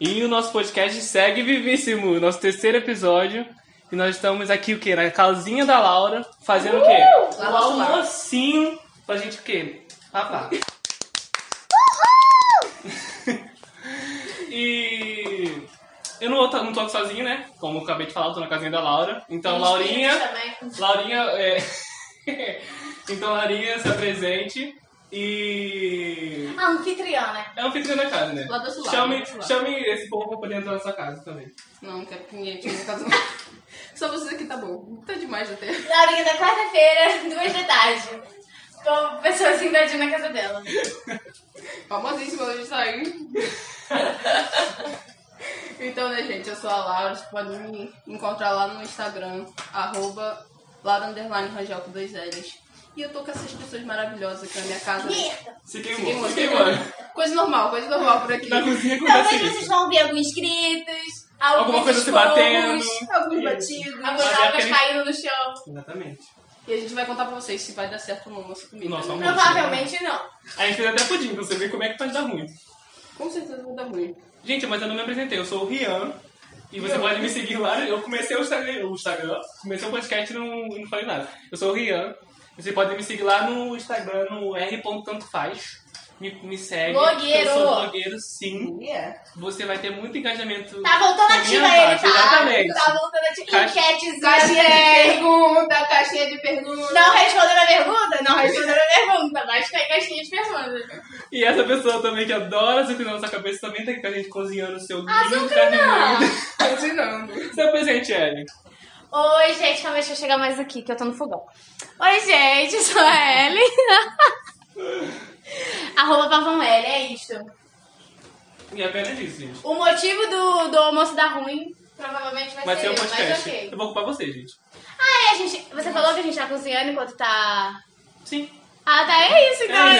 Assim, o nosso podcast segue vivíssimo. Nosso terceiro episódio. E nós estamos aqui, o quê? Na casinha da Laura, fazendo o quê? Um Laura Solar. almocinho pra gente o quê? Papá. e... Eu não, vou tá- não tô aqui sozinho, né? Como eu acabei de falar, eu tô na casinha da Laura. Então, Laurinha... Laurinha, é... então Laurinha se apresente e A anfitriã, né? é o anfitriã da casa, né? Lá do outro lado, Chame, lá do outro lado. chame esse povo pra poder entrar na sua casa também. Não, não quero que ninguém aqui no caso. Só vocês aqui tá bom. Tá demais até. Laurinha da quarta-feira, duas da tarde. Com pessoas invadindo a casa dela. Famosíssima hoje tá sair. então, né, gente, eu sou a Laura. Vocês podem me encontrar lá no Instagram, arroba Laura underline Rangel com dois L's. E eu tô com essas pessoas maravilhosas aqui na minha casa. Merda. Se Se queimou, queimou, se se queimou. queimou. Coisa normal, coisa normal por aqui. Na cozinha acontece Talvez Então, vocês isso. vão ver alguns gritos, Alguma coisa se batendo. Alguns Isso. batidos. algumas Mas é águas aquele- caindo no chão. Exatamente. E a gente vai contar pra vocês se vai dar certo ou não nossa comida. Nossa, né? amor. Provavelmente não. A gente fez até pudim pra você ver como é que pode dar ruim. Com certeza vai dar ruim. Gente, mas eu não me apresentei, eu sou o Rian. E você pode me seguir lá. Eu comecei o Instagram, o Instagram comecei o podcast e não, não falei nada. Eu sou o Rian. Você pode me seguir lá no Instagram, no r.tantofaz. Me, me segue. Blogueiro. Eu sou blogueiro, sim. Yeah. Você vai ter muito engajamento. Tá voltando na ativa minha ele, parte, tá? é Exatamente. Tá voltando ativa. Caixa- Caixinha Enquetezinha. de pergunta, caixinha de pergunta. Não respondendo a pergunta? Não respondendo a pergunta, mas tem caixinha de pergunta. E essa pessoa também que adora zucrinar na sua cabeça também tá aqui com a gente cozinhando o seu Ah, lindo Zucrina! carne Tá Continuando. Se apresente, Ellen. Oi, gente, calma, deixa eu chegar mais aqui, que eu tô no fogão. Oi, gente, eu sou a Ellen. Arroba Pavão L, é isso. E é apenas isso, gente. O motivo do, do almoço dar ruim provavelmente vai, Vai ser ser eu, um mas podcast. ok. Eu vou ocupar você, gente. Ah, é, gente, você falou que a gente tá cozinhando enquanto tá... Sim. Ah, tá, é isso, É, então.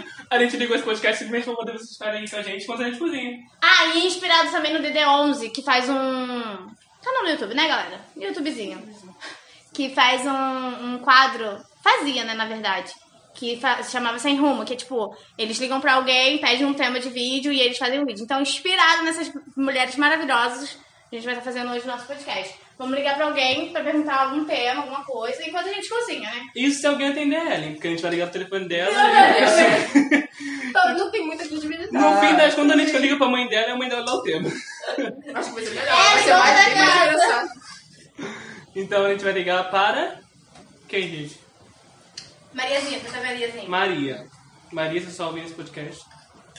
gente, a, a gente ligou esse podcast simplesmente pra poder vocês estarem aqui com a gente enquanto a gente cozinha. Ah, e inspirado também no DD11, que faz um. Canal no YouTube, né, galera? YouTubezinho. Que faz um, um quadro. Fazia, né, na verdade. Que fa- se chamava Sem Rumo, que é tipo, eles ligam pra alguém, pedem um tema de vídeo e eles fazem um vídeo. Então, inspirado nessas mulheres maravilhosas, a gente vai estar fazendo hoje o nosso podcast. Vamos ligar pra alguém pra perguntar algum tema, alguma coisa, enquanto a gente cozinha, né? Isso se alguém atender Ellen, porque a gente vai ligar pro telefone dela. e- Então, não tem muita credibilidade. No fim Ah. das contas, a gente liga pra mãe dela e a mãe dela dá o tema. Acho que vai ser melhor. É, então vai ser igual mais, da bem mais casa. engraçado. Então a gente vai ligar para. Quem, gente? Mariazinha, tenta Mariazinha. Maria. Maria, se você está ouvindo esse podcast.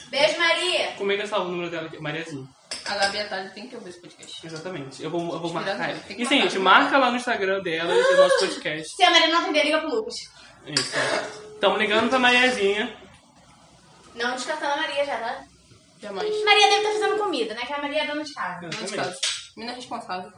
Beijo, Maria! Como é que eu salvo o número dela aqui? Mariazinha. A Gabi e a Thalia tem que ouvir esse podcast. Exatamente. Eu vou, eu vou marcar ela. Inspirador, tem que E, marcar. gente, marca lá no Instagram dela e do nosso podcast. Se a Maria não atender, liga pro Lucas. Isso. Estamos ligando pra Mariazinha. Não descartando a Maria já, tá? Jamais. Maria deve estar fazendo comida, né? Que a Maria é dona de casa. Não descaso. Mina responsável.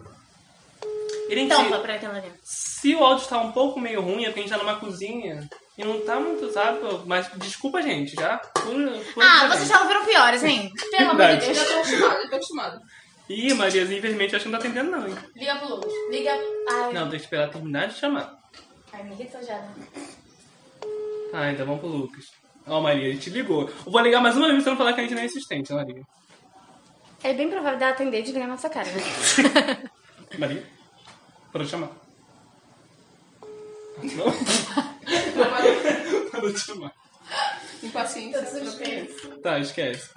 Ele Então, se, pra aquela ali. se o áudio tá um pouco meio ruim, é porque a gente tá numa cozinha e não tá muito, sabe? Mas desculpa, gente, já. Por- por- Ah, vocês já ouviram piores, hein? Pelo amor de Verdade. Eu já Deus. tô acostumada, eu tô acostumada. Ih, Mariazinha, infelizmente, eu acho que não tá atendendo, não, hein? Liga pro Lucas. Liga. Ai, Não, tem que esperar terminar de chamar. Ai me irritou já. né? Ah, então vamos pro Lucas. Ó, Maria, ele te ligou. Eu vou ligar mais uma vez pra você não falar que a gente não é insistente, Maria. É bem provável dela atender e desligar nossa cara, né? Maria? Parou de chamar. Não? Parou de chamar. Impaciência. Tá, esquece.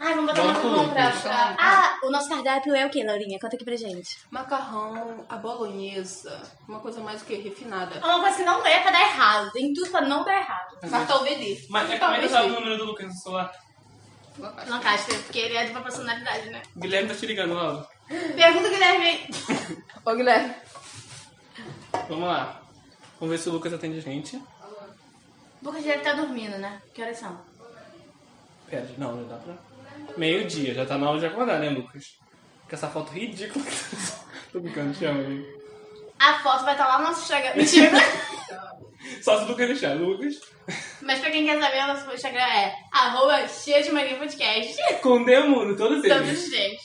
Ai, vamos botar Vamos uma pro bom pra, Lucas. pra- Ah, o nosso cardápio é o quê, Laurinha? Conta aqui pra gente. Macarrão, a bolonhesa. Uma coisa mais o que? Refinada. É uma coisa que não é pra dar errado. Tem tudo pra não dar errado. Cartão VD. Mas é como é que Talvez sabe o seja. número do Lucas no celular? Uma caixa. Não, Castro, porque ele é de uma personalidade, né? Guilherme tá te ligando, Laura. Pergunta o Guilherme. Ô, Guilherme. Vamos lá. Vamos ver se o Lucas atende a gente. Lucas deve estar dormindo, né? Que horas são? Pera, não, já dá pra. Meio-dia, já tá na hora de acordar, né, Lucas? Com essa foto ridícula. tá- Tô brincando, te amo, hein? A foto vai estar lá no nosso Instagram. Mentira. Só se o Lucas deixar, Lucas. Mas pra quem quer saber, o nosso Instagram é arroba cheia de mania podcast. é Com demônio, todos Todos eles. os dias.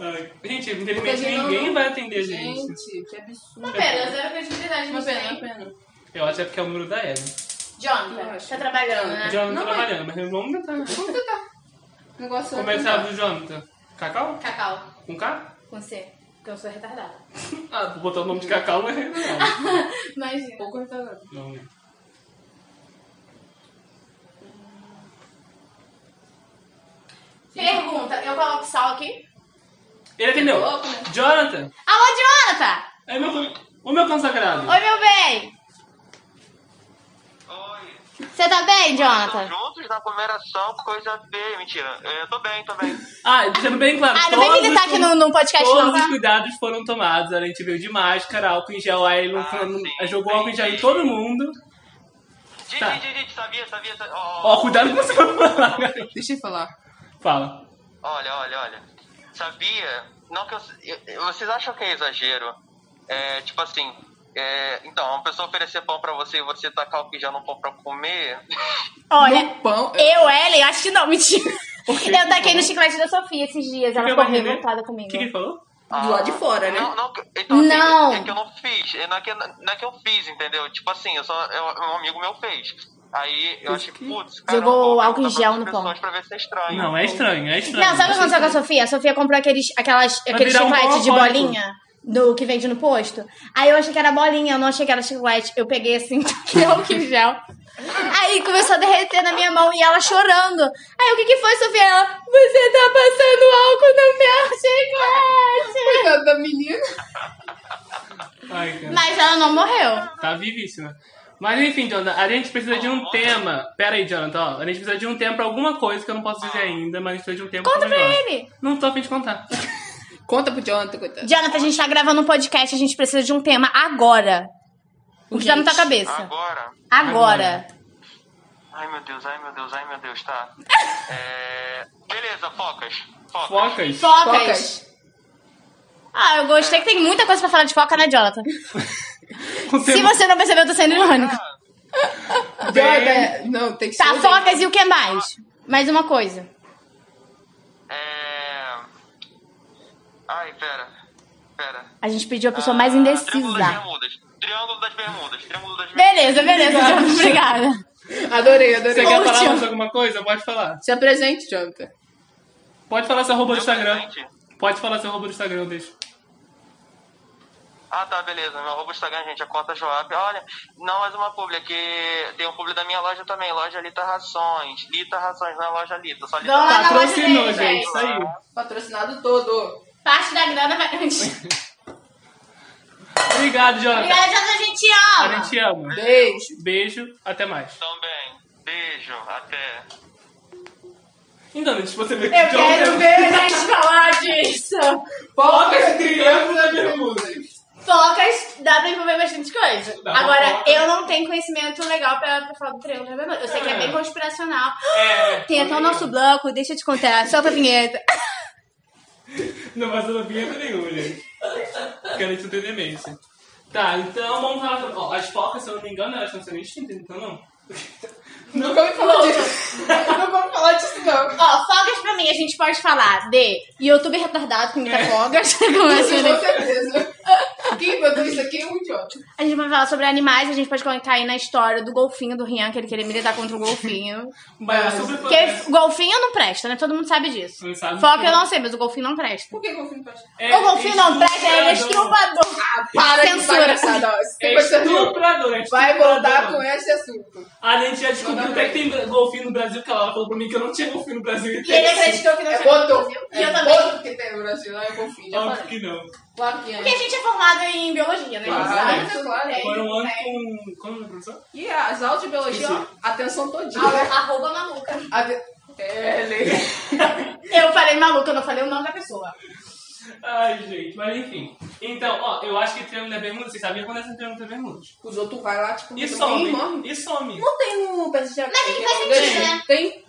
Ai, gente, Tá Porque infelizmente senão ninguém não- vai atender a gente. Gente, que Uma absurdo. pena, zero credibilidade Uma não pena, uma tem. pena. Eu acho que é porque é o número da Ellen. Jonathan, Nossa. tá trabalhando, né? O Jonathan É. Não, tá mas- trabalhando, mas vamos tentar. Negócio Como é que sabe do Jonathan? Cacau? Cacau, Com K? com C. Porque eu sou retardada. Ah, botar o nome de Cacau não é. Não, Imagina. Pouco retardado. não né? Pergunta, eu coloco sal aqui. Ele É atendeu. Louco, né? Jonathan! Alô, Jonathan! É meu, o meu consagrado. Oi, meu bem! Oi. Você tá bem, Estamos Jonathan? juntos na aglomeração, coisa feia. Mentira. Eu tô bem, tô bem. Ah, deixando bem claro. Ah, não vem todos me gritar os- aqui no, no podcast não, Todos tá? os cuidados foram tomados. A gente veio de máscara, álcool em gel. Aí ele não- Ah, não- eh, sim. jogou álcool em gel em todo mundo. Didi, Tá. Didi, Didi, sabia, sabia. sabia. Ó, Ó, cuidado com o que você vai falar. cara. Deixa eu falar. Fala. Olha, olha, olha. Sabia? Não que eu, eu- Vocês acham que é exagero? É, tipo assim. é, então, uma pessoa oferecer pão pra você e você tacar o que já não pão pra comer. Olha, No pão. eu, Ellen, acho que não, mentira. quê? Eu taquei no chiclete da Sofia esses dias, ela tá que ficou eu vou comer? revoltada O comigo. que, que ele falou? Ah, Do lado de fora, né? Não, não, então, assim, Não. É que eu não fiz. é, Não é que, não é que eu fiz, entendeu? Tipo assim, eu só, eu- um amigo meu fez. Aí eu achei, putz, cara, Jogou eu vou álcool em perguntar gel pras no pão. pessoas Pra ver se é estranho. Não, é estranho, é estranho. Não, sabe o que aconteceu com a Sofia? A Sofia comprou aqueles, aquelas, aquele virar um chiclete de pão alcoólico. bolinha do que vende no posto. Aí eu achei que era bolinha, eu não achei que era chiclete. Eu peguei assim, que álcool em gel. Aí começou a derreter na minha mão e ela chorando. Aí o que que foi, Sofia? Ela, você tá passando álcool no meu chiclete. Coitada da menina. Ai, cara. Mas ela não morreu. Tá vivíssima. Mas enfim, Jonathan, a gente precisa de um tema. Pera aí, Jonathan, ó. A gente precisa de um tema pra alguma coisa que eu não posso dizer ainda, mas a gente precisa de um tema Conta pra um pra negócio. ele. Não tô a fim de contar. Conta pro Jonathan, coitado. Jonathan, a gente tá gravando um podcast, a gente precisa de um tema agora. O que tá na tua Urgente. cabeça? Agora. Agora. Ai meu Deus, ai meu Deus, ai meu Deus, tá. É, Beleza, focas. Focas. Focas. Focas. Ah, eu gostei que tem muita coisa pra falar de foca, né, Jonathan? Com o Se tema você não percebeu, eu tô sendo irônico. Ah, bem. Jonathan, não, tem que ser. Tá, urgente. focas e o que mais? Mais uma coisa. É... Ai, pera. Pera. Ah, A gente pediu a pessoa mais indecisa. Triângulo das Bermudas. Triângulo das Bermudas. Triângulo das Bermudas. Beleza, beleza, Jonathan, obrigada. Adorei, adorei. Você quer falar é Último. mais alguma coisa? Pode falar. Se apresente, Jonathan. Pode falar seu arroba do Meu Instagram. presente. Pode falar seu arroba do Instagram, deixa. Ah, tá, beleza. Meu arroba Instagram, gente, é Cota Joab. Olha, não mais uma publi, aqui tem um publi da minha loja também, loja Lita Rações. Lita Rações, não é loja Lita, só Lita Vamos lá. Rações. na loja Patrocinou, dele, Tá, gente. É gente. Isso aí. Patrocinado todo. Parte da grana vai. Obrigado, Jonathan. Obrigada, Jonathan, a gente A ama. gente ama. Beijo. Beijo, até mais. Também. Beijo, até. Então, gente, você vê que Eu Jonathan- quero ver a gente falar disso. Focas, triângulo das bermudas. Focas, dá pra envolver bastante coisa. Dá pra Agora, foca. eu não tenho conhecimento legal pra, pra falar do Triângulo da Bermuda. Eu sei que é bem conspiracional. É. Tem até o nosso bloco, deixa eu te contar, solta a vinheta. Não passou na vinheta nenhuma, gente. Porque a gente não tem demência. Tá, então vamos falar sobre. Ó, as focas, se eu não me engano, elas estão sendo extintas, então não. Nunca me falou disso. Não vamos falar disso, não. Ó, fogas pra mim, a gente pode falar de youtuber retardado que imita É. fogas. Começa Com ele. certeza. Quem inventou isso aqui é um idiota. A gente vai falar sobre animais, a gente pode colocar aí na história do golfinho do Rian, que ele queria militar contra o golfinho. Mas é super Porque golfinho não presta, né? Todo mundo sabe disso. Não sabe Foca que- eu não sei, mas o golfinho não presta. Por que golfinho presta? É o golfinho não presta, ele é estrupador. Ah, Para de Censura. palhaçada, ó. Isso É tem coisa nenhuma. estuprador, é Vai voltar com ele. esse assunto. A gente já descobriu até que tem golfinho no Brasil, que ela falou pra mim que eu não tinha golfinho no Brasil. E ele acreditou que não É tinha no boto. Brasil. E É eu também. boto que tem no Brasil, não é golfinho. Já Óbvio falei. que não. Claro que Porque a é. gente é formado em biologia, né? Claro. A gente sabe Claro. sobre Foram um ano né? com. Como é, professor? E as aulas de biologia, ó, atenção todinha. Arro- Arroba maluca. Ate- É, lei. Eu falei maluca, eu não falei o nome da pessoa. Ai, gente, mas enfim. Então, ó, eu acho que Triângulo da Bermuda, vocês sabiam quando é esse Triângulo da Bermuda? Os outros vai lá, tipo, E ninguém some. morre. E some. Não tem no PSG. Mas tem que faz sentido, né? Tem.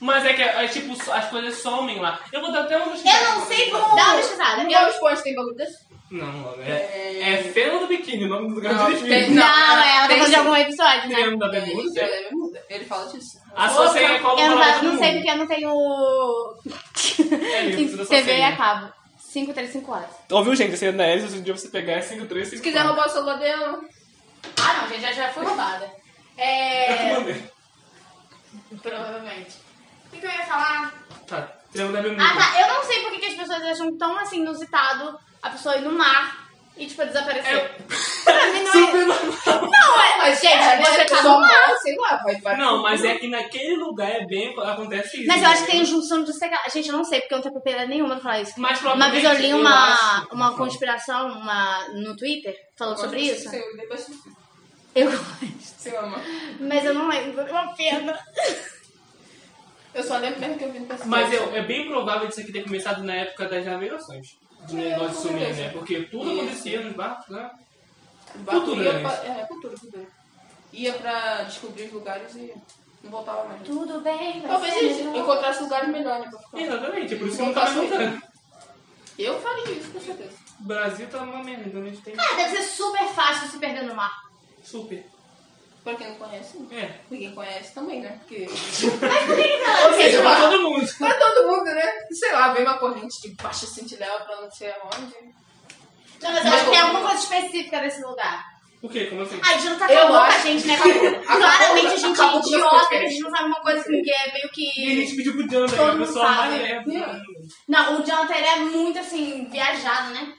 Mas é que, é, tipo, as coisas somem lá. Eu vou dar até um... Eu não sei como. Dá uma pesquisada. No Eu- Bob Esponja é um tem bagulho desse? Não, é... É Feno do Biquíni, o nome do lugar Não, do tem- filme. Não, Não, é, ela tá tem falando de sim. algum episódio, né? Triângulo da É, isso, Bermuda. ele muda. Ele fala disso. Associei a é qual Eu não, morada do não sei mundo. porque eu não tenho. É isso, eu só sei, TV né? a cabo. 535 horas. Ouviu, gente? Você é na Hélice, se um dia você pegar é 5354. Se quiser roubar o celular dela, Ah, não, gente, já, já foi roubada. É. É... Provavelmente. O que, que eu ia falar? Tá. Triângulo da Bermuda. Ah, tá. Eu não sei por que que as pessoas acham tão assim inusitado a pessoa ir no mar e, tipo, desaparecer. Pra mim não é. Super tipo, normal. Não, é, mas, gente, é, você tá só no mar. mora, sei lá, vai vai- Não, mas é que naquele lugar é bem. Acontece isso. né? Mas eu acho que entendeu? tem junção de seca. Gente, eu não sei, porque eu não tenho propriedade nenhuma pra falar isso. Mas Uma provavelmente, vez eu li eu uma, acho- uma conspiração uma, no Twitter falando sobre isso. Seu, depois do Eu seu amor. Mas eu não lembro. Uma pena. Eu só lembro mesmo que eu vim pra Mas eu- é bem provável disso aqui ter começado na época das navegações. Do negócio de sumir, né? Porque tudo Isso. acontecia nos barcos, né? Cultura, Cultura, ia né? pra, é, cultura, cultura. Ia pra descobrir os lugares e não voltava mais. Tudo bem, é vai Talvez ser eles melhor. encontrassem lugares melhores, né? Pra ficar. Exatamente, é por isso que Não não tá mais faço ideia. voltando. Eu faria isso, com certeza. O Brasil tá uma merda, a gente tem. Cara, Ah, deve ser super fácil se perder no mar. Super. Pra quem não conhece, não. É. Pra quem conhece também, né? Porque. Não, Sei Isso pra lá. todo mundo. Pra todo mundo, né? Sei lá, vem uma corrente de baixa sentinela pra não sei aonde. mas eu acho que tem alguma coisa específica nesse lugar. Por quê? Como assim? A gente não tá Eu acabando com a acho- gente, né? Acabou. Claramente a gente é Acabou com as idiota, a pessoas. gente não sabe uma coisa assim, que é meio E a gente que. pediu pro Jonathan, que Todo é né? a mundo pessoa sabe. mais leve. Não, o Jonathan ele é muito assim, viajado, né?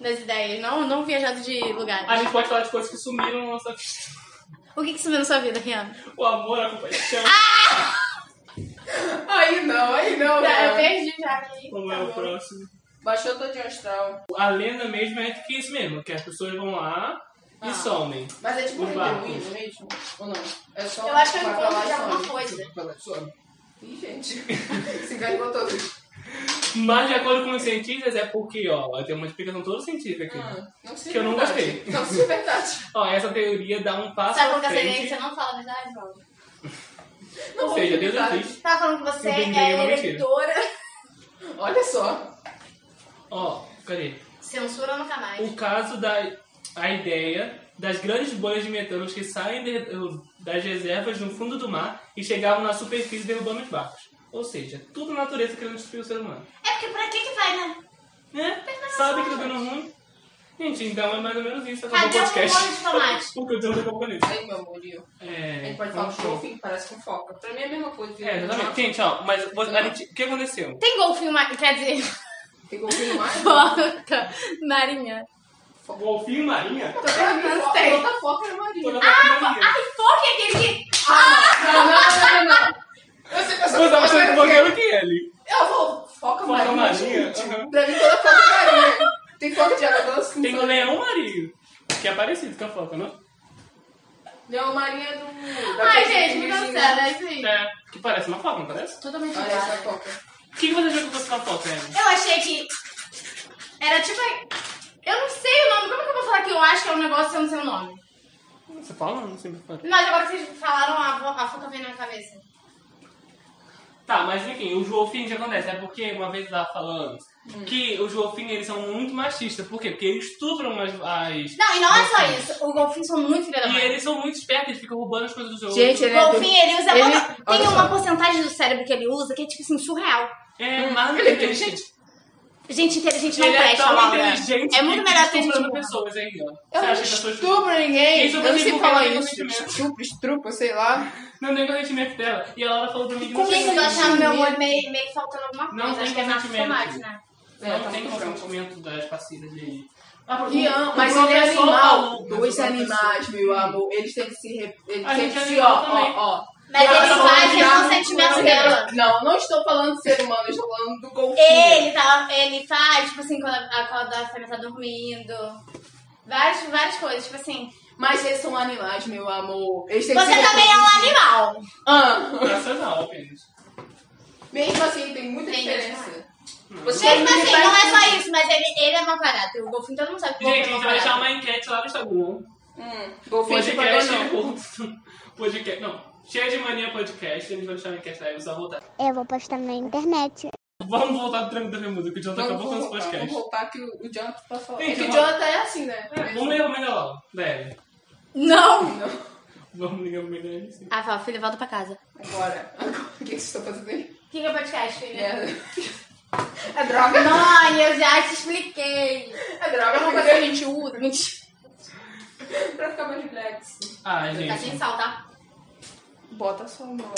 Das ideias. Não, não viajado de lugar. A gente pode falar de coisas que sumiram na nossa vida. O que que sumiu na sua vida, Rihanna? O amor, a é compaixão, Aí não, aí não. Tá, eu né? perdi já aqui. é? tá como é o próximo. Baixou todo de astral. A lenda mesmo é que é isso mesmo, que as pessoas vão lá e Ah. somem. Mas é tipo um Os barcos. redemoinho mesmo? Ou não? É só Eu acho que eu vai pra encontro lá e de alguma some. coisa. Vai lá e some. Ih, gente. Se enganou todo. Mas de acordo com os cientistas é porque, ó, tem uma explicação toda científica aqui. Hum, Ah. não sei Que eu não verdade. gostei. Não sei verdade. Ó, essa teoria dá um passo Sabe à quando você frente. vem que você não fala a verdade, Valdo? Não Ou seja, sei Deus verdade. existe. Tá falando que você Eu entendi, é eu não menti. eleitora. Olha só. Ó, cadê? Censura nunca mais. O caso da a ideia das grandes bolhas de metano que saem de- das reservas no fundo do mar e chegavam na superfície derrubando os barcos. Ou seja, tudo a natureza querendo destruir o ser humano. É porque pra que que vai, né? Né? Sabe que tá dando ruim? Gente, então é mais ou menos isso. Acabou Cadê o o podcast. molho de tomate? Porque um o Deus acabou nisso. Aí, meu amor, e eu? É, A gente pode falar vamos de pro- golfinho, parece com foca. Pra mim é a mesma coisa. É, exatamente. Gente, ó, mas você- a gente- o que aconteceu? Tem golfinho marinho, quer dizer, Tem golfinho mais? foca marinha. Golfinho marinha? Tô perguntando se tem. Toda foca é Toda marinha. golfinho marinha. Ah, Ai, foca é aquele que... Ah, não, não, não, não, não. Eu sei que eu sou Você tá achando que foca marinha. eu o que ele? Eu vou. Foca Foca marinha. marinha? gente. Aham. Pra mim toda foca é marinha. Tem foca de água doce. Tem o leão. leão marinho. Que é parecido com a foca, não? Leão marinha é do... da Ai, coisa gente, me de Virgínia. cancela, é isso aí. É, que parece uma foca, não parece? Totalmente Olha essa errado. foca. O que que você achou que fosse uma foca, Emily? Eu achei que era tipo... Eu não sei o nome, como é que eu vou falar que eu acho que é um negócio se eu não sei o nome? Você fala ou não sempre fala? Mas agora que vocês falaram, a, vo- a foca veio na minha cabeça. Tá, mas enfim, os golfinhos o que acontece? É porque uma vez eu tava falando que os golfinhos eles são muito machistas. Por quê? Porque eles estupram as. as- Não, e não é só golfinhas. isso. Os golfinhos são muito filha da E mãe. eles são muito espertos, eles ficam roubando as coisas dos outros. Gente, ele é Golfinho, ele usa... Ele- quando- Tem olha uma só. porcentagem do cérebro que ele usa que é, tipo assim, surreal. é mas Ele é inteligente. Gente inteligente não Ele é presta, tão Laura. inteligente É muito que melhor ter estuprando gente burra. pessoas aí, ó. Eu Você acha não que as pessoas- estupro ninguém. Isso eu você não sei não falar tem isso. conhecimento. Estupro, estrupa, sei lá. Não tem consentimento dela. E a Laura falou pra mim que Com não que tá tem vocês acharam consentimento. meu olho meio, meio faltando alguma coisa? Não tem Acho que é massa de consentimento. tomate, né? É, tá Não tem muito pronto. consentimento das parceiras de. E, ah, mas ele é animal. Os animais, meu amor, eles têm que se. Re... Eles A têm gente que é se. Ó, animal também. ó, ó. Mas Ela tá ele faz falando de é algo consentimento que dela. um Não, não estou falando de ser humano, eu estou falando do golfinho. Ele, tá, ele faz, tipo assim, quando a, quando a fêmea tá dormindo. Várias, várias coisas, tipo assim. Mas eles são animais, meu amor. Eles têm que Você se também é um animal. Ah, Nacional apenas. mesmo assim, tem muita Tem, diferença. Hum. Você Mesmo assim, faz- não é só isso, mas ele, ele é mau caráter. O golfinho todo mundo sabe que o Gente, a golfinho é gente vai deixar mau uma caráter. enquete lá no Instagram. Hum, golfinho de Podcast. é papel não. Podcast. Não. Cheia de mania podcast. A gente vai deixar uma enquete lá e só voltar. Eu vou postar na internet. Vamos voltar pro tranco da bermuda, que o Jonathan acabou com esse Vamos podcast. voltar que o, o Jonathan tá falando. Gente, É que o eu- Jonathan é assim, né? É, Vamos ligar pro Mega Laura. Deve. Não! Não. Vamos ligar pro Mega Laura, sim. Ah, fala, filho, volta pra casa. Agora. Agora. O que que vocês estão fazendo aí? O que que é podcast, filho? É. É droga. Mãe, eu já te expliquei. É droga, É uma não coisa que a vai gente usa. Mentira. pra ficar mais relax. Ah, Tá sem gente. sal, tá? um Bota só, meu amor.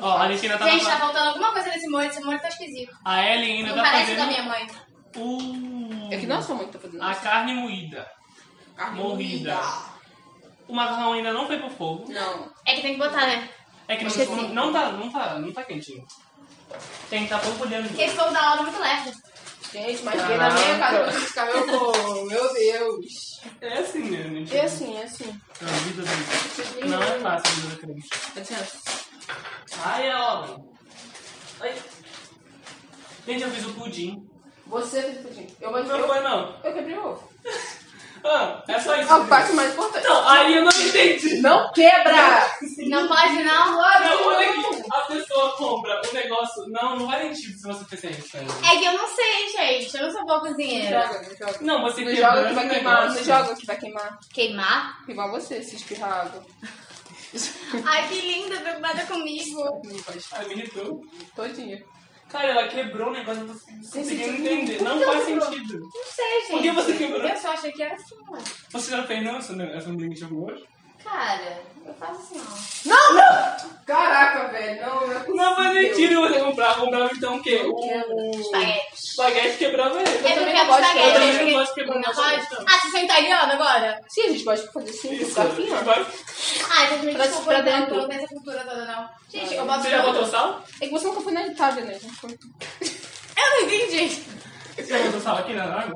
Ó, a Anitta ainda tá Gente, na... tá faltando alguma coisa nesse molho, esse molho tá esquisito. A Ellen ainda Não tá parece fazendo... o da minha mãe. o... É que não é sua mãe que tá fazendo A isso. carne moída. Carne Ah, morrida. O macarrão ainda não foi pro fogo. Não. É que tem que botar, né? É que não, Esqueci. assim. não, tá, não, tá, não tá quentinho. Tem que tá borbulhando. Porque esse fogo da Laura é muito leve. Gente, mas tá que na minha casa pra ficar meu povo. Meu Deus. É assim, né, gente? É assim, é assim. A vida do... Não é fácil a vida do crente. Dá licença. Ai, ela, mano. Ai. Gente, eu fiz o pudim. Você fez o pudim. Eu vou Não foi, não. Eu quebrei o ovo. Ah, é só isso. A parte mais importante. Não, aí eu não entendi. Não quebra! Não pode, não. Não, olha aqui. A pessoa compra o negócio. Não, não vai mentir se você fizer isso. cara. É que eu não sei, gente. Eu não sou boa cozinheira. Não joga, Não, você não joga. Não quebrou o joga que vai queimar. negócio. Não joga que vai queimar. Queimar? Igual você, se espirrar água. Ai, que linda, preocupada comigo. Não pode. Ai, me irritou. Todinho. Cara, ela quebrou o negócio, eu não tô conseguindo sentido nenhum. entender. Não que faz ela quebrou? sentido. Não sei, gente. Por que você quebrou? Eu só achei que era assim, mano. Você já fez não essa essa menina de hoje? Cara, eu faço assim, ó. Não, não! Caraca, velho. Não, não é possível. Não faz sentido você comprar. Comprava então o quê? Não quebra. tá O Espaguete. espaguete quebrava ele. É também porque não gosto de Eu quebrar. espaguete. também não gosto de quebrar Não nossa pode? questão. Ah, você é italiano agora? Sim, a gente pode fazer sim. Isso. tipo, Tá aqui, ó. Vai- Ah, vocês me Pra- desculpam, pra eu não, dentro. eu não tenho essa cultura toda, não. Gente, eu boto... Você já botou sal? É que você nunca foi na Itália, né? gente? Eu não entendi. Você já botou sal aqui na água?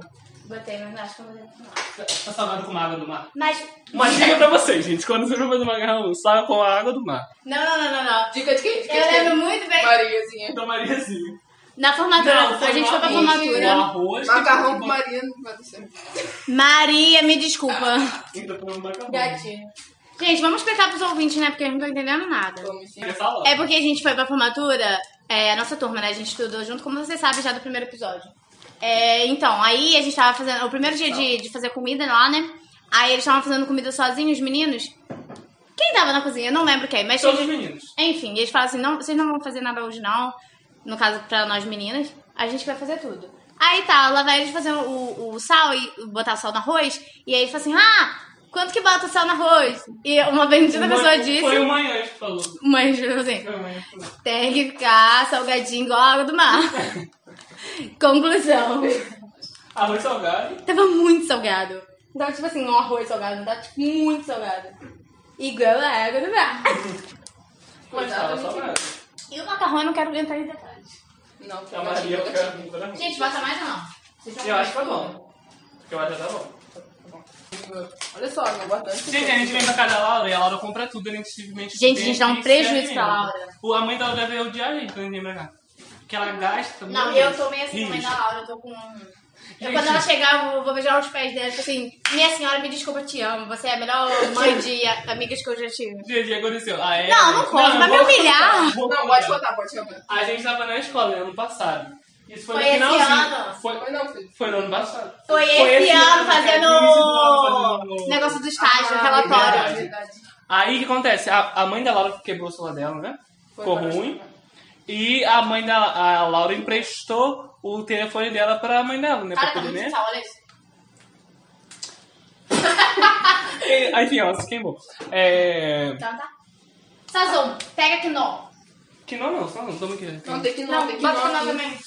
Botei, mas não acho que eu botei. não. Tá salgado com uma água do mar? Mas... Uma dica pra vocês, gente. Quando você for fazer macarrão, salga com a água do mar. Não, não, não, não, não. Dica de quem? Eu lembro muito bem. Mariazinha. Então, Mariazinha. Na formatura, Ah, tá. a gente foi pra O formatura. Um arroz... Macarrão com Maria não vai descer. Maria, me desculpa. Então, foi um macarrão. Gatinho. Gente, vamos explicar pros ouvintes, né? Porque eu não tô entendendo nada. Vamos sim. É sal? É porque a gente foi pra formatura, é, a nossa turma, né? A gente estudou junto, como vocês sabem já do primeiro episódio. É, então, aí a gente tava fazendo. O primeiro dia de, de fazer comida lá, né? Aí eles estavam fazendo comida sozinhos, os meninos. Quem tava na cozinha? Eu não lembro quem, mas. Todos os eles- meninos. Enfim, eles falam assim: não, vocês não vão fazer nada hoje, não. No caso, pra nós meninas, a gente vai fazer tudo. Aí tá, lá vai eles fazer o, o sal e botar sal no arroz. E aí eles falam assim: ah, quanto que bota sal no arroz? E uma bendita Uma- pessoa disse. Foi um o manhã que falou. Mãe, juro assim. Foi o manhã que falou. Tem que ficar salgadinho igual a água do mar. Conclusão. Arroz salgado. Tava muito salgado. Tava tipo assim, um arroz salgado, tava tipo muito salgado. Igual a água do mar. Mas tava salgado. E o macarrão eu não quero entrar em detalhes. Não, A Maria gatinho, fica gatinho. muito Gente, bota mais ou não? Vocês Eu acho que tá bom. Eu acho que tá bom. Olha só, não bota antes. Gente, a gente vem pra casa da Laura e a Laura compra tudo, a gente simplesmente. Gente, a tem gente dá um que prejuízo se pra alimenta. Laura. O- A mãe da Laura deve odiar a gente quando a gente vem pra cá. Porque ela gasta. Não, muito. eu tô meio assim também Rios. da Laura, eu tô com. Eu, Gente. quando ela chegar, eu vou- vou beijar os pés dela, tipo assim, minha senhora, me desculpa, eu te amo. Você é a melhor mãe de a- amigas que eu já tive. Gente, o que aconteceu? Ah, é, Não, não pode, vai me vou humilhar. contar, vou Não, contar. pode contar, pode contar. A gente tava na escola né, ano passado. Isso foi, Foi no esse finalzinho. ano? Foi, Mas não, filho. foi no ano passado. Foi esse ano cara, fazendo no início do né? ano, fazendo- o negócio do estágio, Ah, relatório. verdade. verdade. Aí o que acontece? A, a mãe da Laura quebrou o celular dela, né? Foi Ficou para o ruim. hospital. E a mãe da a Laura emprestou o telefone dela pra mãe dela, né? Pra Para poder, de né? pensar, olha isso. Aí, Enfim, ela se queimou. É... Então tá. Sazon, pega que não. Que não, não, só não, toma aqui. né? Não, tem que não, Não, tem que bota não. não aqui. também.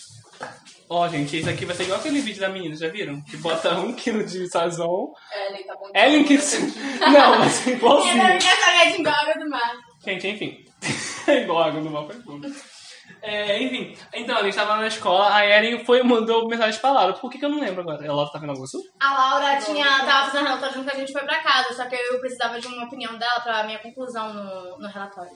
Ó, gente, isso aqui vai ser igual aquele vídeo da menina, já viram? Que bota um quilo de sazon. É, Ellen, tá bom. Ellen que... Não, vai ser Eu não igualzinho. quero saber de embora tá do mar. Gente, enfim. É igual água no mapa. é fogo. É, enfim. Então, a gente tava na escola, a Ellen foi, mandou mensagem pra Laura. Por que, que eu não lembro agora? A Laura tá vendo algum sul? A Laura tinha, tava fazendo relatório junto que a gente foi pra casa, só que eu precisava de uma opinião dela pra minha conclusão no, no relatório.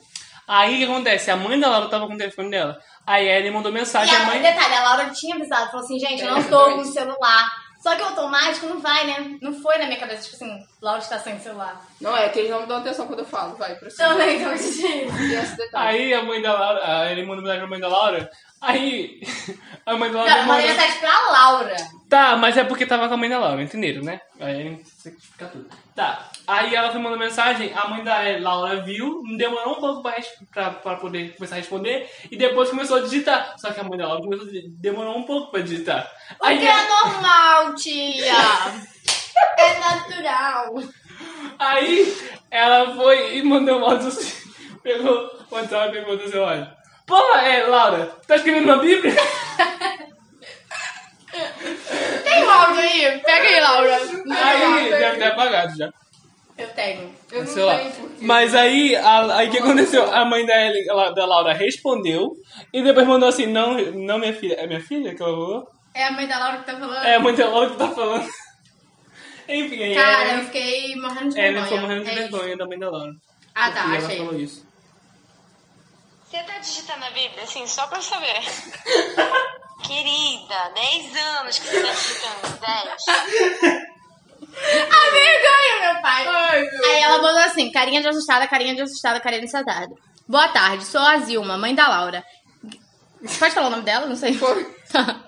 Aí o que acontece? A mãe da Laura tava com o telefone dela. Aí a Ellen mandou E mensagem, a a, Tá, mãe. detalhe, a Laura tinha avisado, falou assim, gente, eu não tô com o celular. Só que o automático não vai, né? Não foi na minha cabeça, tipo assim, Laura está sem celular. Não, é que eles não me dão atenção quando eu falo. Vai, prossiga. Então, né, então, gente... Tem esse detalhe. Aí a mãe da Laura. A Ellen mandou mensagem pra mãe da Laura. Aí a mãe da Laura. Não, é- mandei mandou- mensagem pra Laura. Tá, mas é porque tava com a mãe da Laura, entenderam, né? Aí ele fica tudo. Tá. Aí ela foi mandando mensagem, a mãe da Laura viu, demorou um pouco pra, res- pra, pra poder começar a responder, e depois começou a digitar. Só que a mãe da Laura começou a dig- demorou um pouco pra digitar. O que né? é normal, tia. é natural. Aí ela foi e mandou um áudio assim. Pegou, mandou Sabe o que aconteceu olha? Porra, é, Laura, tá escrevendo uma Bíblia? Tem um áudio aí? Pega aí, Laura. Aí deve ter apagado já. Eu tenho. Eu Sei lá. não sei por quê. Mas aí, a- aí o que aconteceu? A mãe da, Ellen- ela- da Laura respondeu e depois mandou assim: não, não, minha filha. É minha filha que ela falou? É a mãe da Laura que tá falando. É a mãe da Laura que tá falando. Enfim, aí. Cara, eu ela- fiquei morrendo de vergonha. ela ficou morrendo de É isso. vergonha da mãe da Laura. Ah, tá, Porque achei. Ela falou isso. Você tá digitando a Bíblia, assim, só pra eu saber. Querida, 10 anos que você tá digitando, 10. A vergonha, meu pai. Ai, meu Aí ela mandou assim, carinha de assustada, carinha de assustada, carinha de assustada. Boa tarde, sou a Zilma, mãe da Laura. Pode falar o nome dela? Não sei. Tá.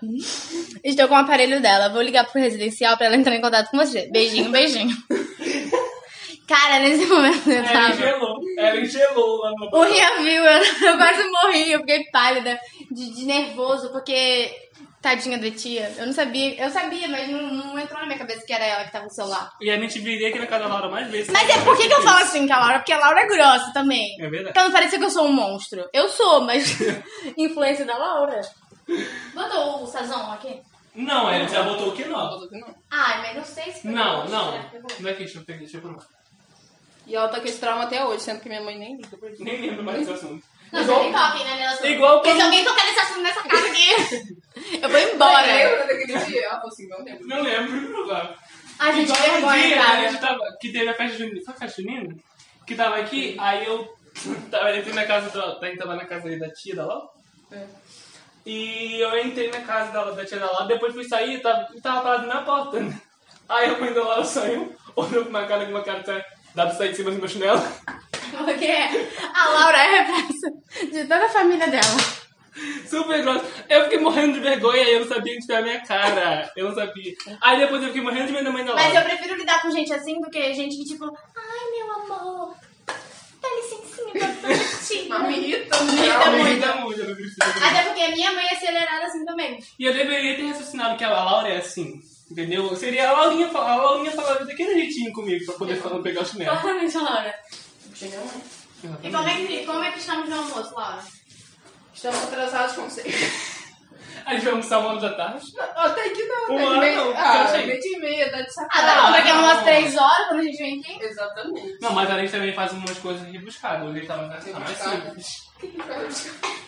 Estou com o aparelho dela. Vou ligar pro residencial pra ela entrar em contato com você. Beijinho, beijinho. Cara, nesse momento eu Ela tava... gelou. Ela gelou lá no O Rian viu, eu, eu quase morri, eu fiquei pálida de, de nervoso, porque tadinha da tia. Eu não sabia, eu sabia, mas não, não entrou na minha cabeça que era ela que tava no celular. E a gente viria aqui na casa da Laura mais vezes. Mas é por que, que eu falo assim com a Laura? Porque a Laura é grossa também. É verdade. Pra não parecer que eu sou um monstro. Eu sou, mas influência da Laura. Bota o sazão aqui. Não, ele já botou o que não. Não. Ai, mas não sei se. Não, não. Não é que deixa eu pegar, deixa eu provar. E ela tá com esse trauma até hoje, sendo que minha mãe nem liga pra isso. Nem lembro mais desse assunto. Não, igual, nem toquem, né, nela sobre- igual Porque se quando- alguém tocar nesse assunto nessa casa aqui, eu vou embora. Lembra daquele dia? Ela falou assim, não lembro. Não lembro, agora. A gente Igual um vergonha, dia, cara. a gente tava, que teve a festa junina, foi a festa junina? Que tava aqui, aí eu tava, eu entrei na casa, do, daí tava na casa aí da tia da Laura. É. E eu entrei na casa da, da tia da Laura, depois fui sair e tava, e tava parado na porta. né? Aí a mãe da Laura saiu, olhou com uma cara com uma cara, tá, dá pra sair de cima do meu chinelo. Porque a Laura é a peça de toda a família dela. Super grossa. Eu fiquei morrendo de vergonha e eu não sabia onde era a minha cara. Eu não sabia. Aí depois eu fiquei morrendo de medo da mãe da Laura. Mas eu prefiro lidar com gente assim do que gente que, tipo, ai meu amor, dá um licencinha pra curtir. Mas me irrita, Me Eu irrita não. me muito. irrita muito, eu não preciso. Até porque a minha mãe é acelerada assim também. E eu deveria ter raciocinado que a Laura é assim, entendeu? Seria a Laurinha, fa- a Laurinha falando daquele jeitinho comigo pra poder falar, um pegar o chinelo. Claramente, Laura. Chega, mãe. E como é que, como é que estamos no almoço, Laura? Estamos atrasados, como sempre. A gente vai almoçar uma hora da tarde. Não, Até que não. Uma até que hora meio- não, Ah, porque eu meio dia e meia, dá de Ah, sacanagem. daqui daqui a umas não. três horas quando a gente vem aqui. Exatamente. Não, mas a gente também faz umas coisas rebuscadas. Hoje a gente tá mais, tá mais Rebuscada. simples.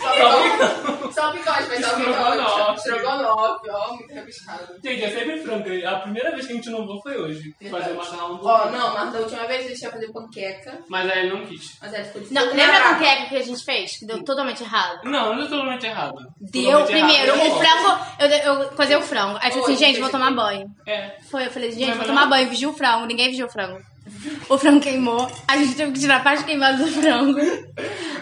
Só um bigode. Só um bigode, mas só bigode. Estrogonofe. Estrogonofe, ó, muito rebuscado. Gente, é sempre franca. A primeira vez que a gente inovou foi hoje. Fazer um macarrão do Ó, não, mas da última vez a gente ia fazer panqueca, Mas aí não quis. mas aí ficou difícil. Não, lembra a panqueca que a gente fez? Que deu totalmente errado. Não, não é totalmente errado. Deu, Totalmente errado. primeiro, Eu o gosto. frango, eu, eu coisei o frango. Aí tipo Oi, assim, gente, fez vou o tomar quê? banho. É. Foi, eu falei, gente, Vai vou melhorar? tomar banho, vigia o frango. Ninguém vigia o frango. O frango queimou, a gente teve que tirar a parte queimada do frango.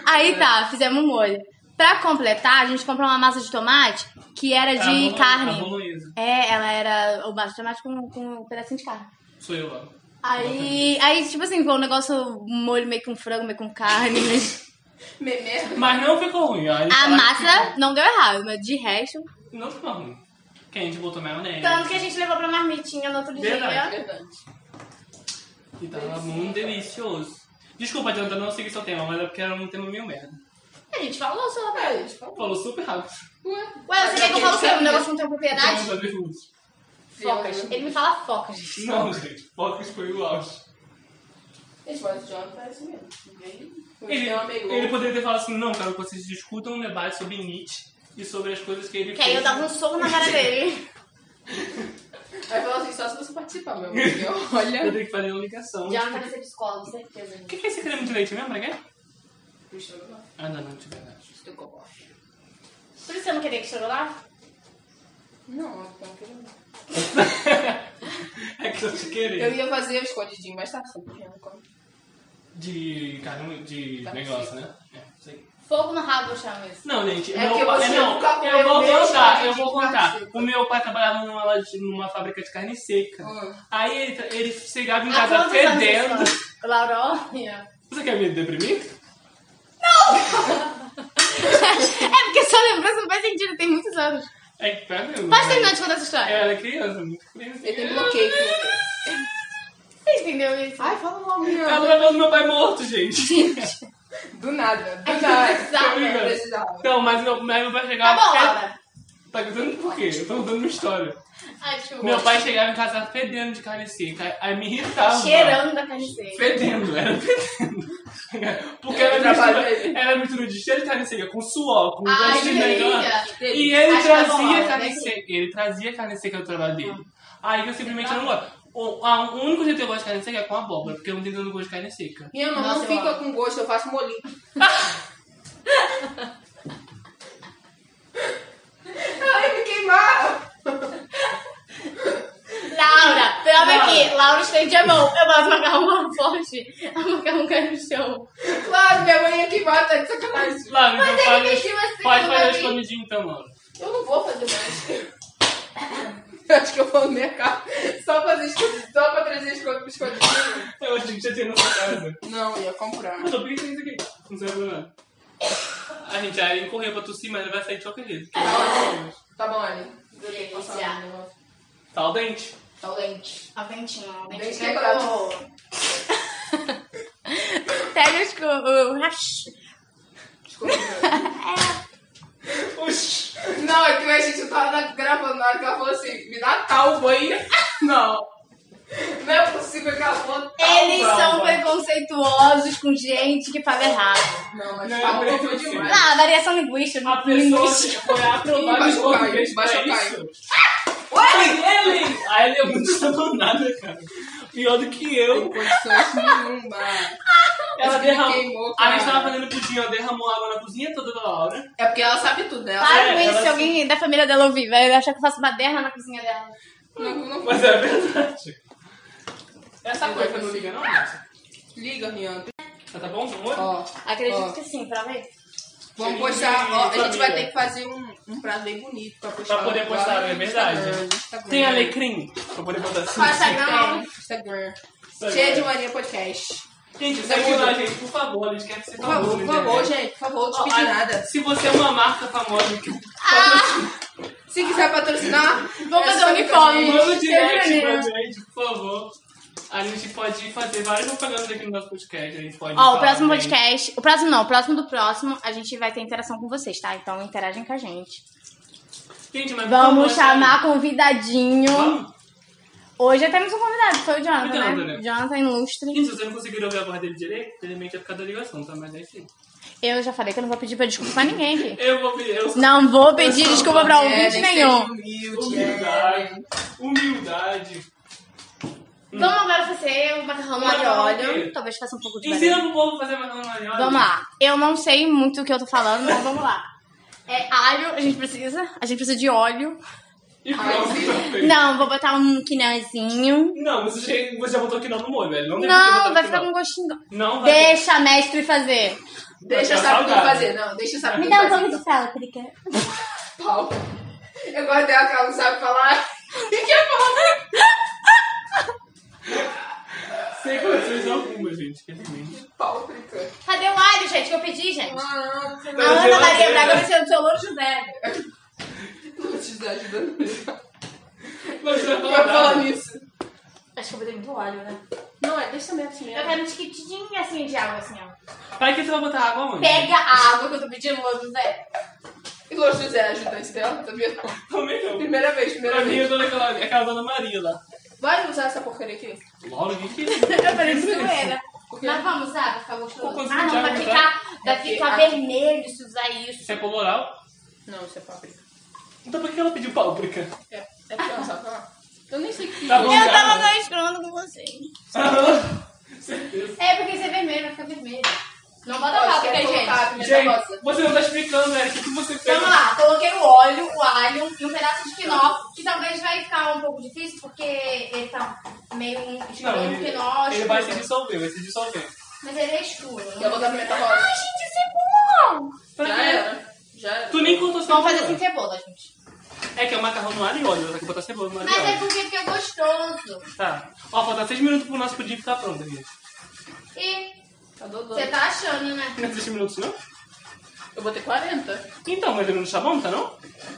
Aí tá, fizemos um molho. Pra completar, a gente comprou uma massa de tomate que era É A de bolo- A carne. bolonhesa. É, ela era o massa de tomate com, com um pedacinho de carne. Sou eu, Laura. Aí, aí tipo assim, ficou um negócio, um molho meio com frango, meio com carne. mas- Memé? Mas não ficou ruim. ó. gente A fala que massa não deu errado, mas de resto. ficou- Não ficou ruim. Que a gente botou maionese. Tanto que a gente levou pra marmitinha no outro dia. Verdade. Verdade. E tava muito delicioso. Desculpa, adianta não seguir seu tema, mas é porque era um tema meio merda. A gente falou sobre. É, gente, vamos. Falou super rápido. Ué, Ué, você quer que eu falo o quê? Um negócio que não tem Então, propriedade? tá bem ruim. Focas. Ele me fala focas, gente. Não, gente, focus foi o auge. Esse voz de John parece mesmo. Ninguém- um é Ele, Ninguém amegou. ele poderia ter falado assim: não, quero que vocês discutam um debate sobre Nietzsche e sobre as coisas que ele Que aí eu fez. dava um soco na cara dele. Aí falou assim, só se você participar, meu amor. porque Eu Olha. tenho que fazer uma ligação. Já não quero ser psicólogo, certeza. O que, que é esse creme de leite mesmo? Pra quê? Puxa, eu não Ah, não, não, de verdade. fiz teu cocô. Por isso você não queria que chorou lá? Não, eu não quero. É que eu te Eu querer. ia fazer o escondidinho, mas tá assim. porque eu não como. De carne, de Tá negócio, né? É, sei. Fogo no rabo, eu chamo isso. Não, gente, É meu que pai- você não, nunca eu comeu vou mesmo, contar, gente, eu vou nunca contar. chega. O meu pai trabalhava numa, loja- numa fábrica de carne seca. Hum. Aí ele, ele chegava em Há casa quantos anos fedendo. isso? Laura, olha. Você quer me deprimir? É porque só lembrança não faz sentido, tem muitos anos. É que tá mesmo. Pode terminar de contar Eu essa história. era criança, muito criança. Ele tem bloqueio. Você entendeu isso? Ai, fala logo, Tava meu. levando meu pai morto, gente. Do nada, do é nada. Tá Eu brincando. precisava. Não, mas meu, mas meu pai Tá chegava. bom, Tá Laura. Tá gritando por quê? Eu tô contando uma história. Ai, desculpa. Meu pai tá chegava em casa fedendo de carne seca, aí me irritava. Cheirando da carne seca. Fedendo, era fedendo. Porque era Eu trabalho mistura, dele. era mistura de cheiro de carne seca com suor, com Ai, gosto de que melhor. delícia. E ele Ah, Acho que eu vou trazia lá, carne né? seca. Ele trazia carne seca do trabalho Ah. dele. Aí eu simplesmente não gosto. O, a- o único jeito que eu gosto de carne seca é com abóbora, porque eu não tenho tanto gosto de carne seca. Minha mão Nossa, não eu fica amo. com gosto, eu faço molinho. Ai, me queimar! Laura, prova Laura. aqui. Laura estende a mão. Eu boto macarrão na forte. A macarrão cai no chão. Claro, minha mãe ia queimar, tá de sacanagem. Claro, Mas então ele faz, mexeu assim, faz, não faz vai as vir. comidinhas então, Laura. Eu não vou fazer mais. Eu Acho que eu vou no mercado só fazer escondido, só pra trazer escondido pro escondido. Eu achei que já tinha na sua casa. Não, ia comprar. Eu tô pensando isso aqui. Não serve pra nada. A gente aí ele correu pra tossir, mas ele vai sair de qualquer jeito. porque ele não gosta. Tá bom, Anne. Delícia. um Tá o dente. Tá o lente. Ó, ventinho, Bem ventinho. quebrado. Pega os... co- o- o racho. Desculpa. meu. Oxi. não, é que a gente eu tava na- gravando na hora que ela falou assim, me dá calma aí. Não. Não é possível que ela falou tal Eles são calma. preconceituosos com gente que fala errado. Não, mas Não, calma é foi possível. demais. Ah, variação linguística. A pessoa que linguística. foi aprovada Vai em chocar, português vai pra chocar. é isso. Foi ele! A Ellen é muito abandonada, cara. Pior do que Sem eu. condições nenhuma. Ela me derramou. queimou, A gente cara. tava fazendo pudim, ela derramou água na cozinha toda da Laura. É porque ela sabe tudo, né? Ela sabe- Para com É, isso, ela- se alguém da família dela ouvir, vai achar que eu faço baderna na cozinha dela. Não, não, Mas é verdade. Essa Eu coisa não não sei. liga, não, moça. Liga, Rian. Tá bom? Vamos lá? Ó, Acredito Ó. que sim, prova aí. vamos Sim, postar. Ó, a gente família. vai ter que fazer um, um prato bem bonito pra postar. Pra poder lá postar, no é verdade. Instagram, no Instagram. Tem alecrim? Pra poder botar assim. Passa Tem, não. Instagram. Sabe? Cheia de mania podcast. Gente, segue lá, gente, por favor. A gente quer que você é Por favor, por favor, gente. Por favor, não te pedi nada. Ah! Se você é uma marca famosa, que assim, Se quiser patrocinar, Vamos é fazer só um uniforme. ligar. manda o Sempre É, direct pra uniram. gente, por favor. A gente pode fazer várias propagandas aqui no nosso podcast. A gente pode Ó, falar o próximo bem. podcast. O próximo não, o próximo do próximo, a gente vai ter interação com vocês, tá? Então interagem com a gente. Gente, mas é Vamos por favor, chamar convidadinho. Vamos. Hoje até temos um convidado, foi o Jonathan, Jonathan, né? né? Jonathan Ilustre. Gente, se você não conseguir ouvir a voz dele direito, infelizmente vai ficar da ligação, tá? Mas é isso aí. Eu já falei que eu não vou pedir pra desculpa pra ninguém aqui. Eu vou pedir. Eu... Não vou pedir sou desculpa É, pra ouvinte tem que ser nenhum. humilde, é. Humildade. Humildade. Vamos agora fazer o Um macarrão Vamos de lá, óleo. ok. Talvez faça um pouco de barulho. Ensina pro povo a fazer macarrão na hora. Vamos lá. Eu não sei muito o que eu tô falando, mas vamos lá. É alho, a gente precisa. A gente precisa de óleo. E pronto. Não, vou botar um quinãozinho. Não, mas você já, você já botou aqui não no molho, velho. Não, deve ter Não, botado vai aqui ficar não. com gostinho. Não, vai. Deixa a mestre fazer. Deixa eu Tá saber o que saudável. fazer. Não, deixa eu saber Me o dá que um pouco fazer. de páprica. Pau. Eu gosto dela que ela não sabe falar. E que é bom. Sem condições alguma, gente. Infelizmente. Páprica. Cadê o alho, gente, que eu pedi, gente? A Caraca. Tá na Ana Maria geladeira. Braga vai ser do seu Louro José. Vou te ajudando. Mas você vai Vai falar falar. nisso. Acho que eu botei muito óleo, né? Não, é deixamento mesmo. Eu quero um tiquitinho assim de água, assim, ó. Vai que você vai botar água onde? Pega a água que eu tô pedindo, Louro José. E o José é ajudante dela, tá vendo? Também não. Primeira vez, primeira Pra mim, é- eu vez. tô naquela aquela Dona Maria lá. Vai usar essa porcaria aqui? Laura, o que que é Eu falei de zoeira. Por quê? Mas vamos, sabe? Ficar Por gostoso. conta Ah, de não, água, vai tá? ficar, vai Aqui, ficar aqui. vermelho se usar isso. Isso é coloral? Não, isso é páprica. Então por que ela pediu páprica? É, é porque ela sabe falar. Eu nem sei o que Tá bom. Tá Eu tava Obrigado. gastando com vocês. Certeza. É porque isso é vermelho, vai ficar vermelho. Não bota Pode páprica, ser colocado, gente. né? Gente, você não tá explicando, velho. O que, que você fez? Vamos lá, coloquei o óleo, o alho e um pedaço de quinó, que talvez vai ficar um pouco difícil, porque ele tá meio um Não, escuro, um ele, quinó, ele escuro. vai se dissolver, vai se dissolver. Mas ele é escuro. né? Eu vou dar pimenta Ai, rosa. gente, é cebola! Já era. Já era. Tu nem contou Vamos fazer assim cebola. sem cebola, gente. É que é macarrão no alho e óleo, tem que botar cebola no alho e Mas é óleo. porque fica gostoso. Tá. Ó, falta 6 minutos pro nosso pudim ficar pronto, gente. E Tá dodô. você tá achando, né? Não é 6 minutos, não? Eu botei 40. Então, mas ele não tá bom, tá não?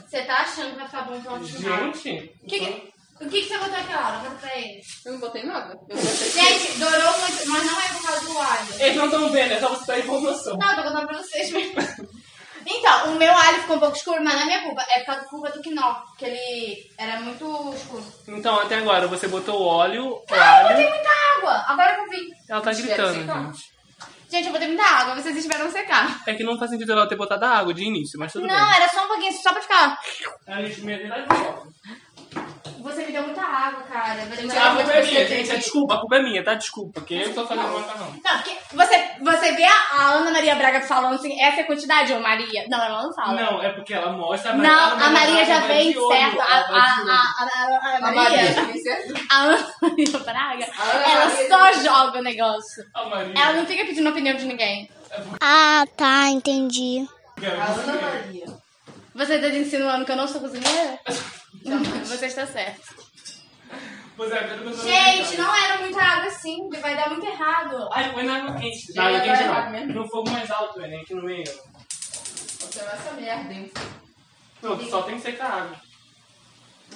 Você tá achando que vai ficar bom pra um churrasco. Gente. Que que... O que, que você botou aquela hora? Conta pra eles. Eu não botei nada. Eu botei. Gente, dourou muito, mas não é por causa do alho. Eles não estão vendo, é só você dar informação. Não, eu tô contando pra vocês mesmo. Então, o meu alho ficou um pouco escuro, mas não é minha culpa. É por causa da culpa do quinó, que ele era muito escuro. Então, até agora, você botou óleo, o Ah, eu botei alho. muita água! Agora que eu vi. Ela tá gritando, Deve ser bom. gente. Gente, eu botei muita água, vocês esperam secar. É que não faz sentido ela ter botado água de início, mas tudo Não, bem. era só um pouquinho, só pra ficar. A gente me dá igual. Você me deu muita água, cara. Vou Ah, demorar A muito culpa pra é minha, você. gente. é Desculpa, a culpa é minha, tá? Desculpa, porque eu tô fazendo macarrão. Não, porque você, você vê a, a Ana Maria Braga falando assim, essa é a quantidade, ô Maria. Não, ela não fala. Não, é porque ela mostra mas Não, ela a Maria já ela vai vem é de olho, certo. A, ela vai de olho. a, a, a, a, A Maria, Maria, tem certeza? a Ana Maria Braga, A Ana ela Maria- só joga o negócio. A Maria. Ela não fica pedindo opinião de ninguém. Ah, tá, entendi. é A Ana Maria. Você tá insinuando que eu não sou cozinheira? Você está certo. Pois é, eu tô Gente, não era muita água assim, porque vai dar muito errado. Ai, põe na água quente. Gente, Na água quente tá agora é não. mesmo. No fogo mais alto, né? Aqui no meio. Você vai essa merda, hein? Não, só tem que secar a água.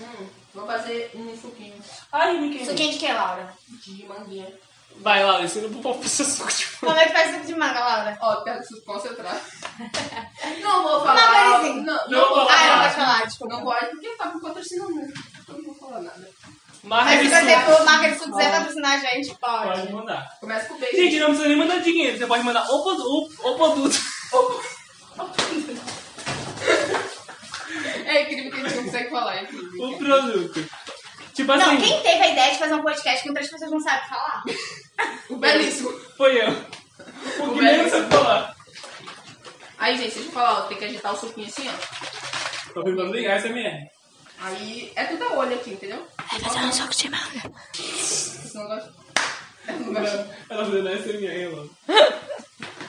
Hum, vou fazer um suquinho Ai, me Isso queimei. quente que é, Laura? de manguinha. Vai, Laura, ensina pro povo pro seu suco de fruta. Como é que faz suco de manga, Laura? Ó, pega isso concentrar. Não vou Não, falar. mas assim, não, não vou vou falar. Ah, ela falar. vai falar, desculpa. Não pode porque tá me patrocinando. Então não vou falar nada. Mas se Marca você isso. for marca de suco quiser patrocinar tá a gente, Pode Tipo pode. mandar. Começa com beijo. Gente, não precisa nem mandar dinheiro. Você pode mandar o produto. O produto. É incrível que a gente não consegue falar, é incrível. O produto. Tipo Não, assim, quem teve a ideia de fazer um podcast que muitas pessoas não sabem falar? O belíssimo. foi eu. O que nem velho. você falar. Aí, gente, deixa eu falar, ó, tem que agitar o suquinho assim, ó. Tô tentando ligar essa MR. Aí é tudo a olho aqui, entendeu? É, Fazer um suco de manga. Você não gosta. Eu não gosto. Ela fazendo essa MR, mano.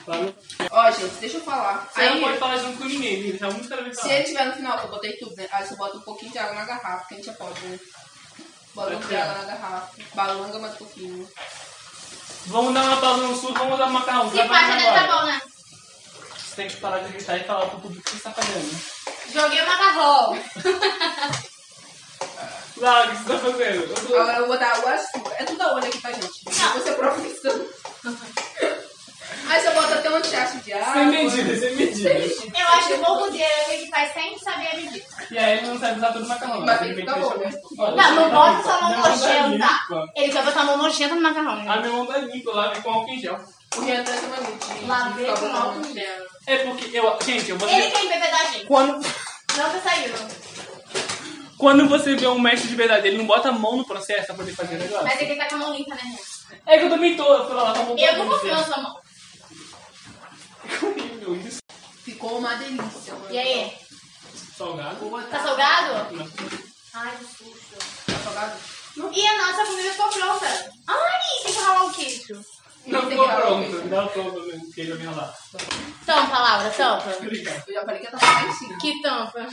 Lá no- Ó, gente, deixa eu falar. Você não Aí, pode falar junto com ninguém, É tem que deixar muito cara ver se falar. ele tiver no final, que eu botei tudo, né? Aí você bota um pouquinho de água na garrafa, que a gente é pobre, né? Bota um pouquinho de água na garrafa, balanga mais um pouquinho. Vamos dar uma pausa no sul, vamos dar uma macarrão. Se pá, já deve tá bom, né? Você tem que parar de gritar e falar pro público o que você tá fazendo. Joguei o macarrão. Laura, o que você tá fazendo? Eu tô- Agora eu vou dar o açúcar. É tudo a olho aqui pra gente. Você prova isso. Aí você bota até um chacho de água. Sem é medida, sem é medida. Eu acho que o bom cozinheiro é aquele que faz sem saber a medida. E aí ele não sabe usar todo o macarrão. Mas ele tem que deixar- ficar bom, né? Olha, Não, não tá bota limpa. sua mão Não, tá nojenta. limpa. Ele quer botar a mão nojenta no macarrão. A Né? minha mão tá limpa, eu lavei com álcool em gel. O tá Rian tem essa mania de- de Lavei ficar com botando álcool em gel. É porque eu. Gente, eu vou Ele quer embebedar a gente. Quando, Não tá saindo. quando você vê um mestre de verdade, ele não bota a mão no processo pra poder fazer o negócio. Mas ele tá com a mão limpa, né, gente? É que eu também tô, eu tô lá um com a mão Eu não confio na sua mão. horrível isso. Ficou uma delícia. mano. E aí? Salgado. Vou botar. Tá salgado? Não. Ai, que susto. Tá salgado? E a nossa comida ficou pronta. Ai, tem que ralar o queijo. Não Tem ficou que dar pronto. uma Dá o tampa mesmo, que ele vai me ralar. Tampa, Laura, tampa. Obrigado. Eu já falei que eu tava lá em cima. Que tampa.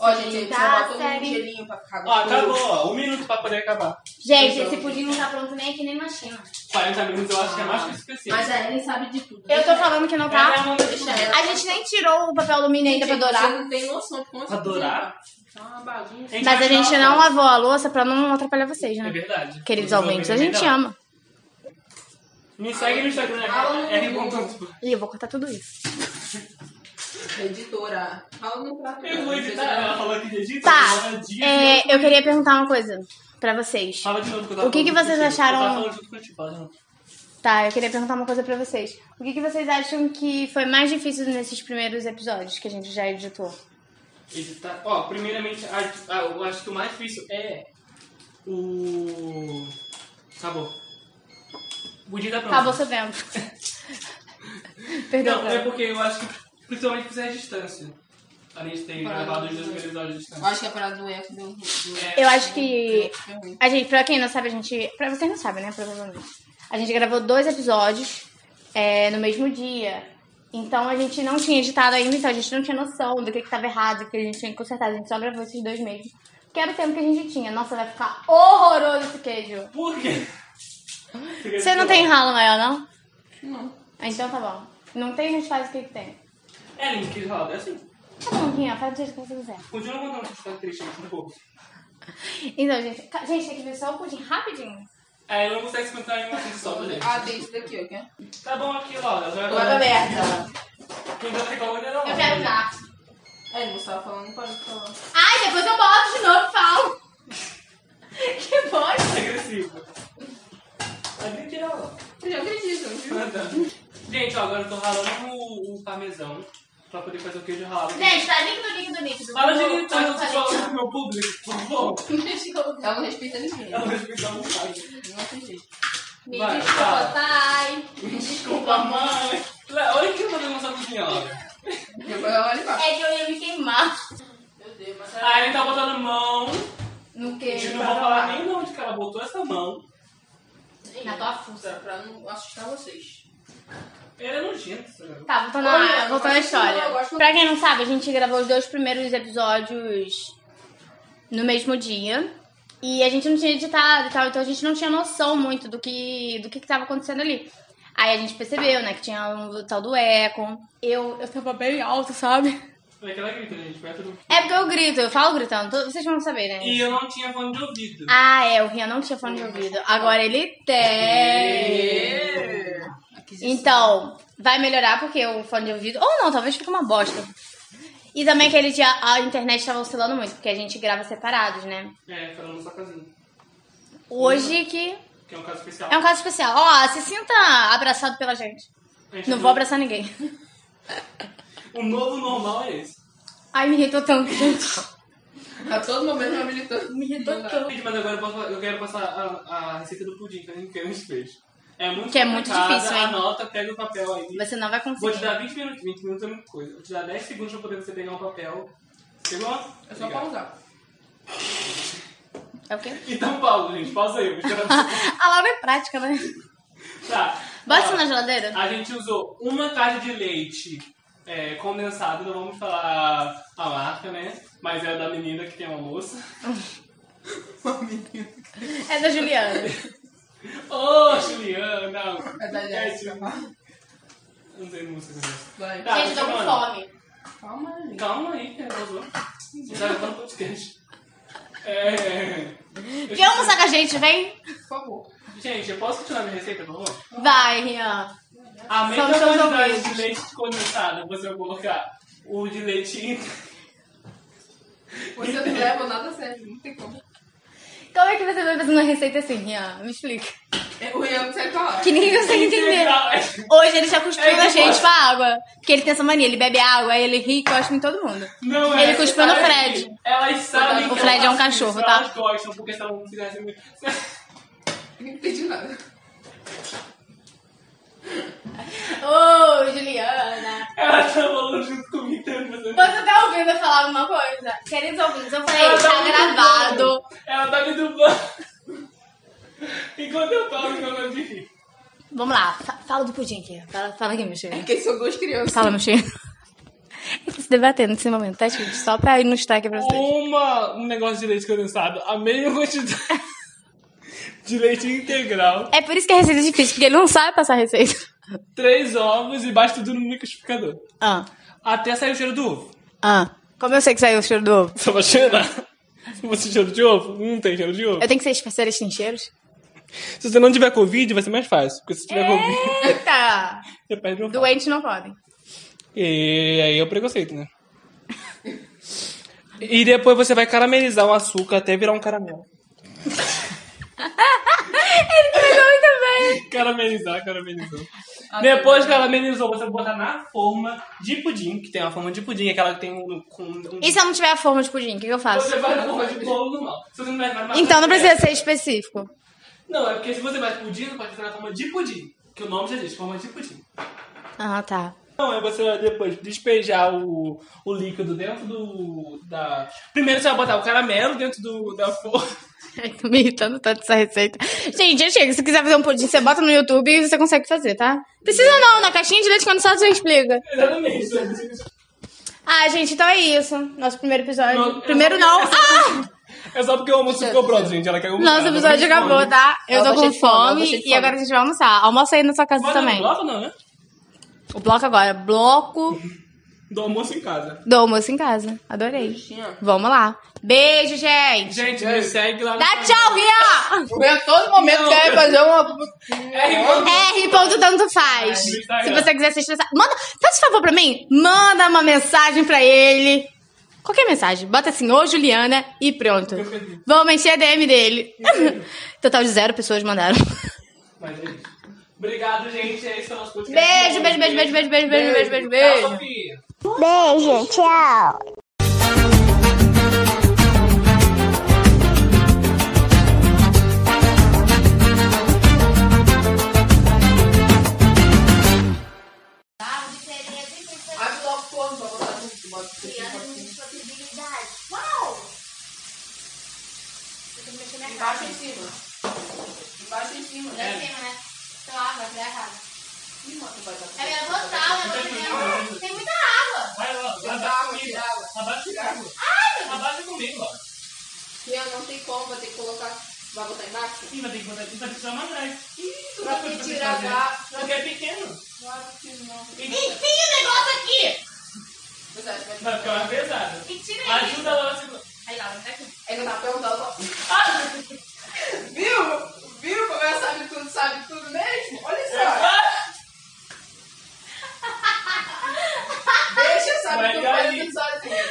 Ó, gente, aí você Tá bota um sério. gelinho pra ficar Ó, gostoso. acabou, ó. Um minuto pra poder acabar. Gente, esse pudim não tá pronto nem aqui nem na China. 40 minutos eu acho que é mais que o suficiente. Mas a Ellen sabe de tudo. Eu tô falando que não tá. Ela é uma das- Deixa ela. A gente nem tirou o papel alumínio ainda pra Você dourar. não tem noção de como Pra essa coisa dourar? Tá uma bagunça. Mas a vai gente falar não agora. lavou a louça pra não atrapalhar vocês, É né? verdade. Queridos Os ouvintes, a gente não. é ama. Me segue no Instagram, Aula é no reconto. E eu vou cortar tudo isso. Editora. Fala no prato. né? Eu vou editar, ela falou que edita. Tá, ela edita. é, eu queria perguntar uma coisa pra vocês. Fala de novo que eu tava O que que falando vocês contigo. acharam- Eu tava falando junto contigo, fala de novo. Tá, eu queria perguntar uma coisa pra vocês. O que, que vocês acham que foi mais difícil nesses primeiros episódios que a gente já editou? Editar. Ó, primeiramente, a- a- eu acho que o mais difícil é o. Acabou. O dia tá pronto. Acabou seu tempo. Perdão. Não, é porque eu acho que principalmente por ser a distância. A gente tem Parado. gravado os dois primeiros áudios à distância. Acho que é para do eco do. do- É, Eu acho que Deu ruim. A gente, pra quem não sabe, a gente. Pra vocês não sabem, né? Provavelmente. A gente gravou dois episódios é, no mesmo dia. Então a gente não tinha editado ainda, então a gente não tinha noção do que, que tava errado, do que a gente tinha que consertar. A gente só gravou esses dois mesmo. Que era o tempo que a gente tinha. Nossa, vai ficar horroroso esse queijo. É, Por quê? Você não tem ralo maior, não? Não. Ah, Então tá bom. Não tem, a gente faz o que, que tem. É, Link, que roda. É assim. Tá bom, Guinha, faz do jeito que você quiser. tipo, Continua mandando essas características, por favor. Então, gente, ca- gente, tem que ver só o pudim rapidinho. É, eu não consigo escutar em uma coisa só, gente. Ah, tem isso daqui, ok? Tá bom aqui, Laura. Já Agora merda. Não dá pra ficar olhando, não. Eu quero usar. É, ele não estava falando, pode falar. Ai, depois eu boto de novo e falo. que bosta. É Agressivo. Tá mentira, Laura. Eu já acredito, viu? Gente, ó, agora eu tô ralando o, o parmesão pra poder fazer o queijo ralado. Gente, tá líquido, líquido, líquido. Fala de tá Como- gritar, como eu tô falei. falando pro meu público, por favor. Ela não respeita ninguém. Eu não respeito a vontade. Não tem jeito. Me Vai, desculpa, fala. pai. Desculpa, mãe. Lá, Olha o que eu vou fazer na sua cozinha, olha. Depois ela olha e fala. É que eu ia me queimar. Meu Deus, mas Aí ele tá botando mão. No Eu queijo. não vou falar nem de onde que ela botou essa mão. assim, Na tua fuça. Pra não assustar vocês. Ele é nojento, sabe? Tá, voltando, Olha, a, voltando eu à gosto- história. eu gosto- Pra quem não sabe, a gente gravou os dois primeiros episódios no mesmo dia. E a gente não tinha editado e tal, então a gente não tinha noção muito do que, do que, que tava acontecendo ali. Aí a gente percebeu, né, que tinha o tal do eco. Eu, eu tava bem alto, sabe? É que ela grita, gente, perto do... É porque eu grito, eu falo gritando, tô- vocês vão saber, né? E eu não tinha fone de ouvido. Ah, é, o Rian não tinha fone de ouvido. Agora ele É, tem. Então, vai melhorar porque o fone de ouvido. Ou não, talvez fique uma bosta. E também aquele dia a internet tava oscilando muito, porque a gente grava separados, né? É, falando na sua casinha. Hoje que. Que é um caso especial. É um caso especial. Ó, se sinta abraçado pela gente. A gente Não tem- vou abraçar ninguém. O novo normal é esse. Ai, me irritou tanto, gente. A todo momento ela militou. Me irritou tanto. Gente, mas agora eu, posso- eu quero passar a, a receita do pudim que a gente, que a gente fez. É muito Que é muito complicada, difícil, hein? Anota, pega o papel aí. Você não vai Vou te conseguir. dar 20 minutos. 20 minutos é muita coisa. Vou te dar 10 segundos pra poder você pegar um papel. Pegou? É só Obrigado. pausar. É o quê? Então, Paulo, gente, pausa aí. eu vou esperar você. A Laura é prática, né? tá. Bota Ó, isso na geladeira. A gente usou uma caixa de leite é, condensado, não vamos falar a marca, né? Mas é da menina que tem uma moça. É da Juliana. Ô, Juliana! É da Jéssica. Não tem música com isso. Vai. Tá. gente, tô com fome. Calma aí. Calma aí, que é arrasou. Já levando tá podcast. É. Quer almoçar com a gente, vem? Por favor. Gente, eu posso continuar minha receita, por favor? Vai, Rian. A mesma São seus quantidade ouvintes. de leite condensado, você vai colocar o de leite in- Você não leva nada a sério. Não tem como. Como é que você vai fazer uma receita assim, Rian? Me explica. É, O Ian não sabe falar. Que ninguém consegue entender. integral. Hoje ele já cuspiu É que na gente pode. com a água. Porque ele tem essa mania, ele bebe água, aí ele é ri e cospe em todo mundo. Não é. Ele cuspiu no Sabe Fred. que Elas sabem O que Fred eu é um faço isso, cachorro, tá? Elas gostam, porque se elas não fizessem... Não entendi nada. Ô, Juliana. Ela tá falando junto comigo, tá fazendo... Você tá ouvindo eu falar alguma coisa? Queridos ouvintes, eu falei, Ela tá me gravado. dublando. Ela tá me dublando. Enquanto eu falo, eu não de rir. Vamos lá, fa- fala do pudim aqui. Fala, fala aqui, meu cheiro. Porque são duas crianças. Fala, meu cheiro. Ele tá se debatendo nesse momento, tá, gente? Só pra ir no destaque pra vocês. Uma, um negócio de leite condensado, a mesma quantidade de leite integral, É por isso que a receita é difícil, porque ele não sabe passar receita. três ovos e bate tudo no liquidificador. Ah, Até sair o cheiro do ovo. ah. Como eu sei que saiu o cheiro do ovo? Só pra cheirar. Se você cheiro de ovo, não tem cheiro de ovo. Eu tenho que ser especialista em cheiros? Se você não tiver Covid, vai ser mais fácil. Porque se É. tiver Covid, Eita! você perde o olfato. Doentes não podem. E aí é o preconceito, né? E depois você vai caramelizar o açúcar até virar um caramelo. Pegou muito bem! Caramelizar, caramelizou. Depois que caramelizou, você vai botar na forma de pudim, que tem uma forma de pudim, aquela que tem um. Com, um- E se eu não tiver a forma de pudim, o que, que eu faço? Você faz na forma de bolo normal. Se você não vai na Então não precisa ser específico. Não, é porque se você faz pudim, você pode fazer na forma de pudim. Que o nome já diz, forma de pudim. Ah, tá. Não, é você vai depois despejar o, o líquido dentro do. Da... Primeiro você vai botar o caramelo dentro do, da forma. Ai, tô me irritando tanto essa receita. Gente, já chega. Se quiser fazer um pudim, você bota no YouTube e você consegue fazer, tá? Precisa não, na caixinha de leite condensado você explica. Exatamente. Ah, gente, então é isso. Nosso primeiro episódio. Não, eu- primeiro não. Ah! É só porque o almoço ficou pronto, gente. Ela quer almoçar. Nosso Ela tá episódio com fome. acabou, tá? Eu Eu tô tô com cheio de fome, eu tô fome cheio de e agora a fome. gente vai almoçar. Almoça aí na sua casa Bota no também. bloco, não, né? O bloco agora. Bloco do almoço em casa. Do almoço em casa. Adorei. Vamos lá. Beijo, gente. Gente, me segue lá no Dá tchau, Rian! Eu todo momento Não. quero fazer uma. É, tá R. É, ponto Tanto faz. No Instagram. Se você quiser se estressar, manda. Faz favor pra mim? Manda uma mensagem pra ele. Qualquer mensagem. Bota assim, ô Juliana, e pronto. Perfeito. Vamos encher a DM dele. Total de zero pessoas mandaram. Mas, gente, Obrigado, gente. É isso nosso podcast. Beijo, beijo, beijo, beijo, beijo, beijo, beijo, beijo, beijo. beijo. Tchau, Sofia. Beijo, tchau. Abre logo o forno pra botar junto. Bota o forno pra cima. Embaixo em cima. Embaixo em cima, né? Então, ah, Ih, mano, vai dar pra Tem muita água. Vai lá, Tira abaixa água, comigo. tira água. Abaixa Tira água. comigo. Abaixa comigo, ó. Minha, não tem como, vai ter que colocar. Vai botar embaixo? Ih, vai ter que botar aqui, vai precisar mais atrás. Isso, Pra vai poder ter que tirar fazer. da. Porque é pequeno. Claro que não. E Pois é, vai vai ficar mais pesado. Ajuda lá na segunda. É que eu tava perguntando. ó. Viu? Viu como ela sabe tudo, sabe tudo mesmo? Olha só. Deixa, sabe Vai tudo, cair. fazer tudo sozinha. Deixa,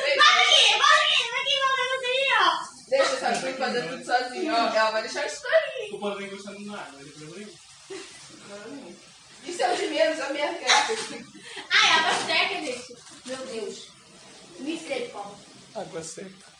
deixa, sabe tudo, fazer tudo sozinha. Ó, ela vai deixar isso pra mim. O pozinho gostando na água. ele pegou aí. Isso é o de menos, a minha cara. Ai, a bisteca, gente. Meu Deus. Me escreve, Paulo. Água seca.